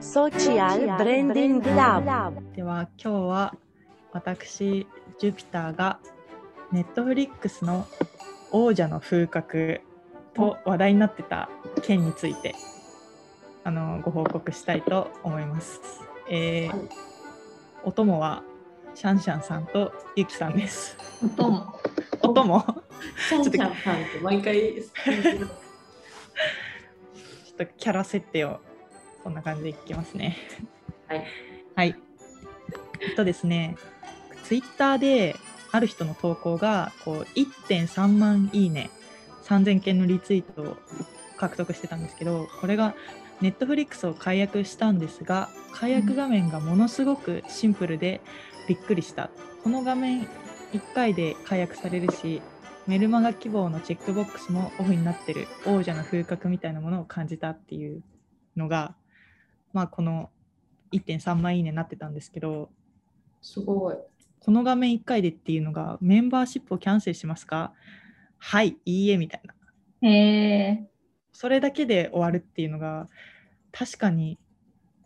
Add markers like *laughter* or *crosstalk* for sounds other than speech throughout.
ソチアルブレンディングラブ。では今日は私ジュピターがネットフリックスの「王者の風格」と話題になってた件についてあのご報告したいと思います。えーはいお供はシャンシャンさんとゆきさんです。おとも。お供ちシょャンシャンさんって毎回。っとキャラ設定をこんな感じでいきますね。はい。はい。えっとですね、ツイッターである人の投稿がこう1.3万いいね、3000件のリツイートを獲得してたんですけど、これが Netflix を解約したんですが、解約画面がものすごくシンプルでびっくりした。この画面1回で解約されるし、メルマガ希望のチェックボックスもオフになってる王者の風格みたいなものを感じたっていうのが、まあ、この1.3万いいねになってたんですけどすごい。この画面1回でっていうのがメンバーシップをキャンセルしますかはいいいえみたいなへえ。それだけで終わるっていうのが確かに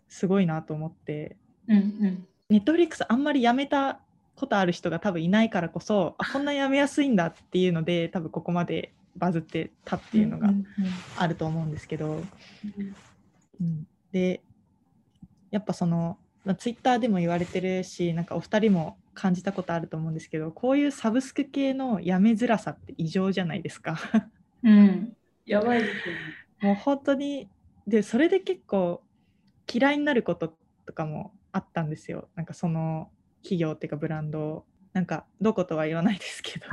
すごいなと思ってうんうん。ネットフリックスあんまりやめたことある人が多分いないからこそあこんなやめやすいんだっていうので多分ここまでバズってたっていうのがんんあると思うんですけど、うん、でやっぱその、まあ、ツイッターでも言われてるしなんかお二人も感じたことあると思うんですけどこういうサブスク系のやめづらさって異常じゃないですか *laughs* うん。やばいですね。もう本当にでそれで結構嫌いになることとかもあったんですよなんかその企業っていうかブランドをなんかどことは言わないですけ *laughs* ど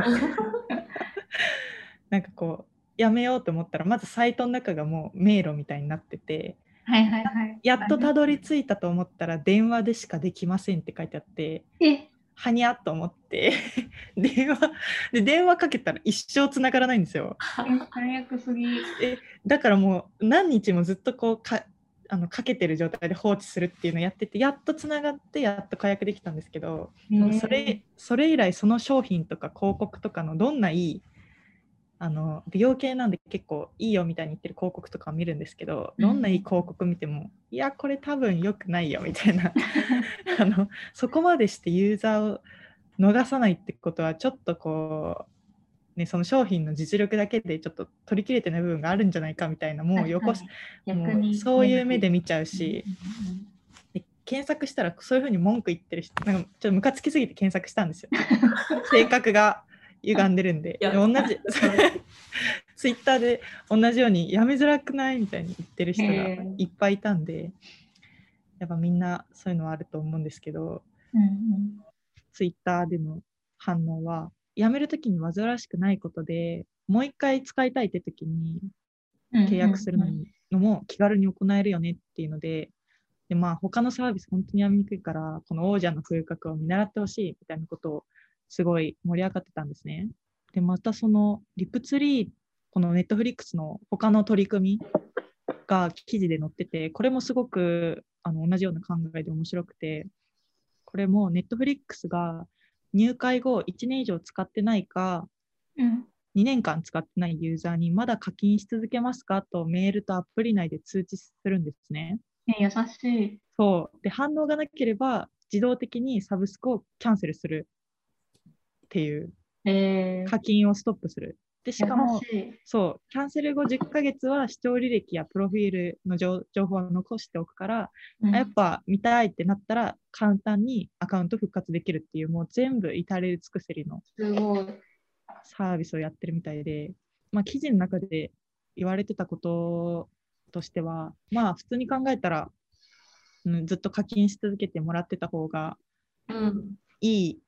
なんかこうやめようと思ったらまずサイトの中がもう迷路みたいになっててはいはいはい。やっとたどり着いたと思ったら電話でしかできませんって書いてあってえ、はにゃっと思って *laughs* 電話で電話かけたら一生繋がらないんですよ最悪すぎ。だからもう何日もずっとこうかあのかけてる状態で放置するっていうのをやっててやっと繋がってやっと解約できたんですけどそれそれ以来その商品とか広告とかのどんないいあの美容系なんで結構いいよみたいに言ってる広告とかを見るんですけどうんどんないい広告見ても、いやこれ多分良くないよみたい *laughs* なあのそこまでしてユーザーを逃さないってことはちょっとこう、ね、その商品の実力だけでちょっと取り切れてない部分があるんじゃないかみたいなもうよこし、はいはい、もう逆にそういう目で見ちゃうし。うんうんうんで検索したらそういうふうに文句言ってる人なんかちょっとムカつきすぎて検索したんですよ *laughs* 性格が歪んでるんでいでや同 *laughs* じツイッターで同じようにやめづらくないみたいに言ってる人がへーいっぱいいたんでやっぱみんなそういうのはあると思うんですけどうんツイッターでの反応はやめるときに煩わしくないことでもう一回使いたいって時にうんうん契約するのうんうんにのも気軽に行えるよねっていうので、でまあ、他のサービス本当にやみにくいから、この王者の風格を見習ってほしいみたいなことをすごい盛り上がってたんですね。で、またそのリプツリー、このネットフリックスの他の取り組みが記事で載ってて、これもすごくあの同じような考えで面白くて、これもネットフリックスが入会後1年以上使ってないか、うん2年間使ってないユーザーにまだ課金し続けますかとメールとアプリ内で通知するんですね。ね、優しい。そう。で、反応がなければ自動的にサブスクをキャンセルするっていう、えー、課金をストップする。で、しかも優、しい。そう、キャンセル後10ヶ月は視聴履歴やプロフィールの情情報を残しておくから、うんあやっぱ見たいってなったら簡単にアカウント復活できるっていう、もう全部至れり尽くせりのすごい。サービスをやってるみたいで、まあ、記事の中で言われてたこととしては、まあ、普通に考えたら、うん、ずっと課金し続けてもらってた方がうん。いい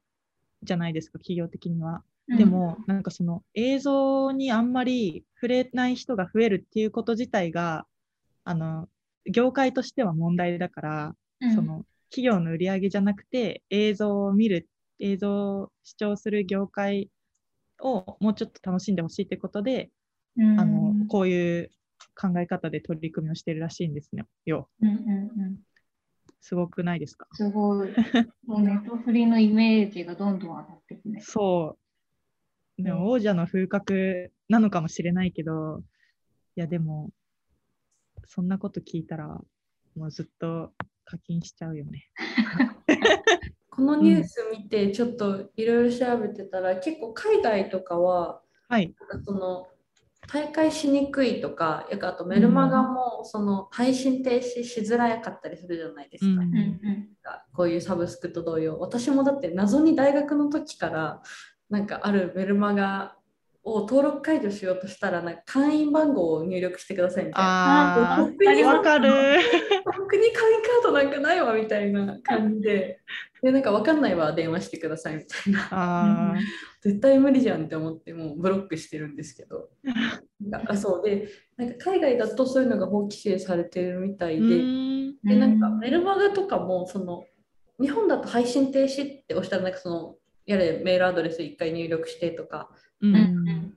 じゃないですか、企業的には。でも、なんかその映像にあんまり触れない人が増えるっていうこと自体が、あの業界としては問題だから、うん、その企業の売り上げじゃなくて映像を見る映像を視聴する業界をもうちょっと楽しんでほしいということで、うん、あのこういう考え方で取り組みをしてるらしいんですねよ。うんうんうん、すごくないですかすごい。もうネットフリのイメージがどんどん上がってきね。そう。でうんも王者の風格なのかもしれないけど、いやでも、そんなこと聞いたら、もうずっと課金しちゃうよね。このニュース見て、ちょっといろいろ調べてたら、結構海外とかは、はい。なんかその大会しにくいとか、よくあとメルマガもその配信停止しづらかったりするじゃないですか。うんうんこういうサブスクと同様、私もだって謎に大学の時からなんかあるメルマガを登録解除しようとしたらなんか会員番号を入力してくださいみたいな。あ僕にあ、わかる。僕に会員カードなんかないわみたいな感じで、でなんかわかんないわ電話してくださいみたいな。あ絶対無理じゃんって思ってもうブロックしてるんですけどなんかあそうでなんか海外だとそういうのが法規制されてるみたいーで,、うーんでなんかメルマガとかもその日本だと配信停止って押したらなんかそのやれメールアドレス1回入力してとかううんんうん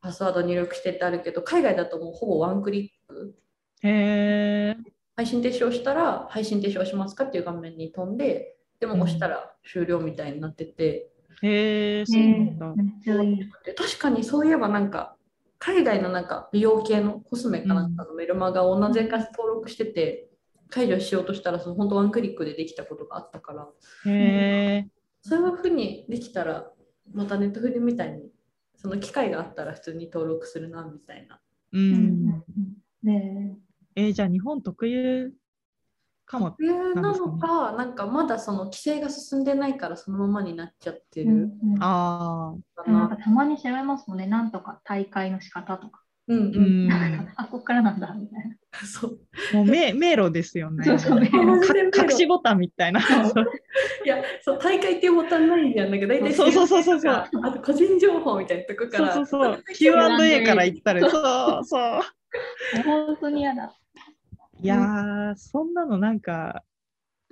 パスワード入力してってあるけど海外だともうほぼワンクリックへえ。配信停止をしたら配信停止をしますかっていう画面に飛んででも押したら終了みたいになってて。へえ、そうなんねだ。めっちゃいい。で確かにそういえばなんか海外のなんか美容系のコスメかなんかのメルマガをなぜか登録してて解除しようとしたらその本当ワンクリックでできたことがあったからへえ。そういうふうにできたらまたネットフリみたいにその機会があったら普通に登録するなみたいなう。うんんうんねえーじゃあ日本特有かも。理由なのかなんかまだその規制が進んでないからそのままになっちゃってえるのうんうんああ。かなんかな。たまに調べますもんね、なんとか大会の仕方とか。うんう、うんん。あ、こっからなんだみたいな。そうもう迷迷路ですよね。そう *laughs* そうか迷路隠しボタンみたいな。いやそう大会っていうボタンないじゃんなんか大体そうそうそうそうそうあと個人情報みたいなとこかそうらそうそう。Q&A から言ったら、そうそう。本当に嫌だ。いやー、そんなのなんか、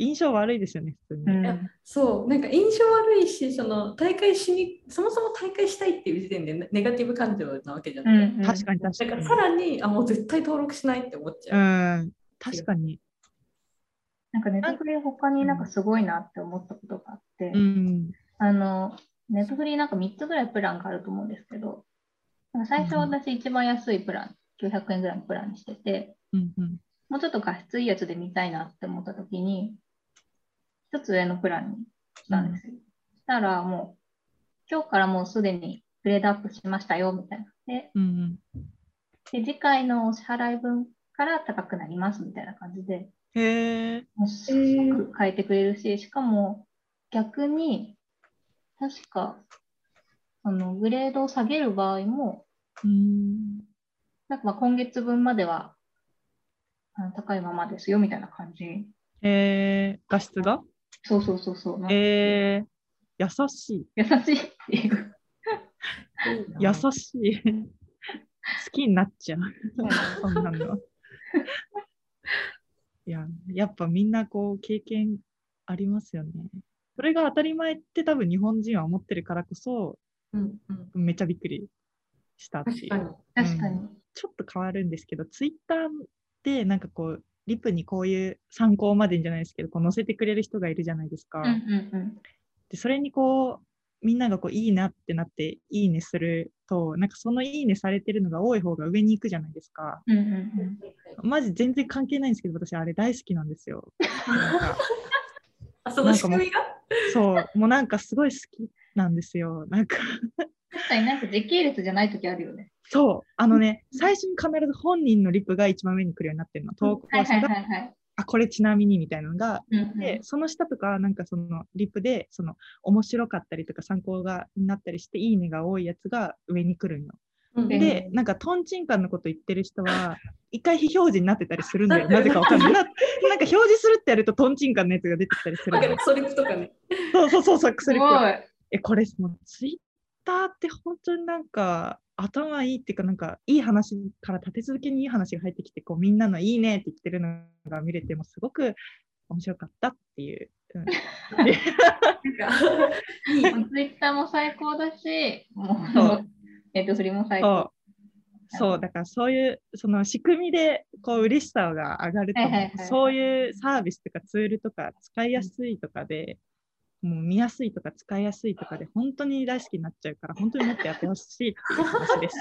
印象悪いですよね、普通に。うんそうなんか印象悪いしその大会しにそもそも大会したいっていう時点でねネガティブ感情なわけじゃうない、んうん確かに確かだからにさ。らにあもう絶対登録しないって思っちゃう、うん、確かに。なんかネットフリ他になんかすごいなって思ったことがあってう、ん。あの、ネットフリなんか3つぐらいプランがあると思うんですけど、なんか最う初ん私一番安いプラン、900円ぐらいのプランにしてて、うんうん。もうちょっと画質いいやつで見たいなって思った時に、一つ上のプランにしたんですよ。そしたらもう、今日からもうすでにグレードアップしましたよ、みたいな。で、うんで次回のお支払い分から高くなります、みたいな感じで、うん、へえ。もうすへーぐ変えてくれるし、しかも逆に、確か、あの、グレードを下げる場合も、うん。なんかまあ今月分までは、あの高いままですよ、みたいな感じ。へえ。画質がそうそうそうそう。なんかえー、優しい。優しいっていう。いいな優しい。好きになっちゃう。そんな *laughs* のは。いや、やっぱみんなこう経験ありますよね。それが当たり前って多分日本人は思ってるからこそ、うんうん、めっちゃびっくりしたって確いかにう。確かに。ちょっと変わるんですけど、ツイッターでなんかこう、リプにこういう参考までんじゃないですけど、こう載せてくれる人がいるじゃないですか。うんうんで、それにこう、みんながこういいなってなって、いいねすると、なんかそのいいねされてるのが多い方が上に行くじゃないですか。うん。うんうんマジ全然関係ないんですけど、私あれ大好きなんですよ。あその仕組みが *laughs* そう、もうなんかすごい好きなんですよ。なんか、うん。確かになんか時系列じゃない時あるよね。そう、あのね、最初に必ず本人のリプが一番上に来るようになってるの。投稿はい者はいが、はいはい。あ、これちなみにみたいなのがうんうんで、その下とか、なんかそのリプで、その面白かったりとか参考がになったりして、いいねが多いやつが上に来るの。うんうんで、なんかトンチンカンのこと言ってる人は、一回非表示になってたりするんだよ。ななってるぜかわかんない。 *laughs* ななんか表示するってやるとトンチンカンのやつが出てきたりするわかるの。ソリップとかねそうそうそうそう、す薬ごと。い。 *laughs* え、これもうツイッターって本当になんか、頭いいっていうか、なんか、いい話から立て続けにいい話が入ってきて、こう、みんなのいいねって言ってるのが見れて、もうすごく面白かったっていう。うんなんかいいもうツイッターも最高だし、も、そう *laughs* ネットフリも最そう高。。そはう、いだからそういう、その仕組みで、こう、嬉しさが上がると思う、はいはいはいそういうサービスとかツールとか、使いやすいとかで、もう見やすいとか使い *laughs* やすいとかで、本当に大好きになっちゃうから、本当にもっとやってほしいっていう話です。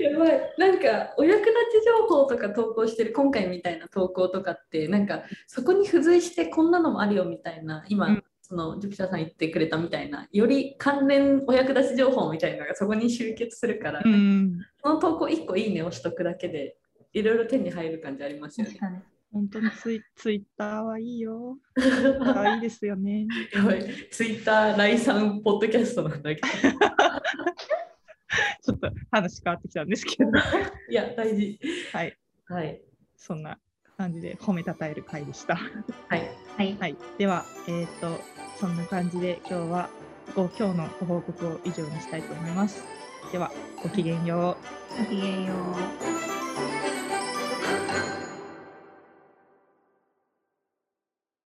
やばいなんかお役立ち情報とか投稿してる今回みたいな投稿とかってなんかそこに付随してこんなのもあるよみたいな今、うんそのジュピターさん言ってくれたみたいなより関連お役立ち情報みたいなのがそこに集結するから、うん、その投稿1個いいねをしとくだけでいろいろ手に入る感じありますよね *laughs* 確。かに。本当にツイツイッターはいいよ。ツイッターはいいですよね。やばいツイッター来産ポッドキャストなんだけどちょっと話変わってきたんですけ *laughs* ど、いや大事はい、はいそんな感じで褒めたたえる回でした。はいはい。はい、では、えっ、と、そんな感じで、今日は、ご、今日のご報告を以上にしたいと思います。では、ごきげんよう。ごきげんよう。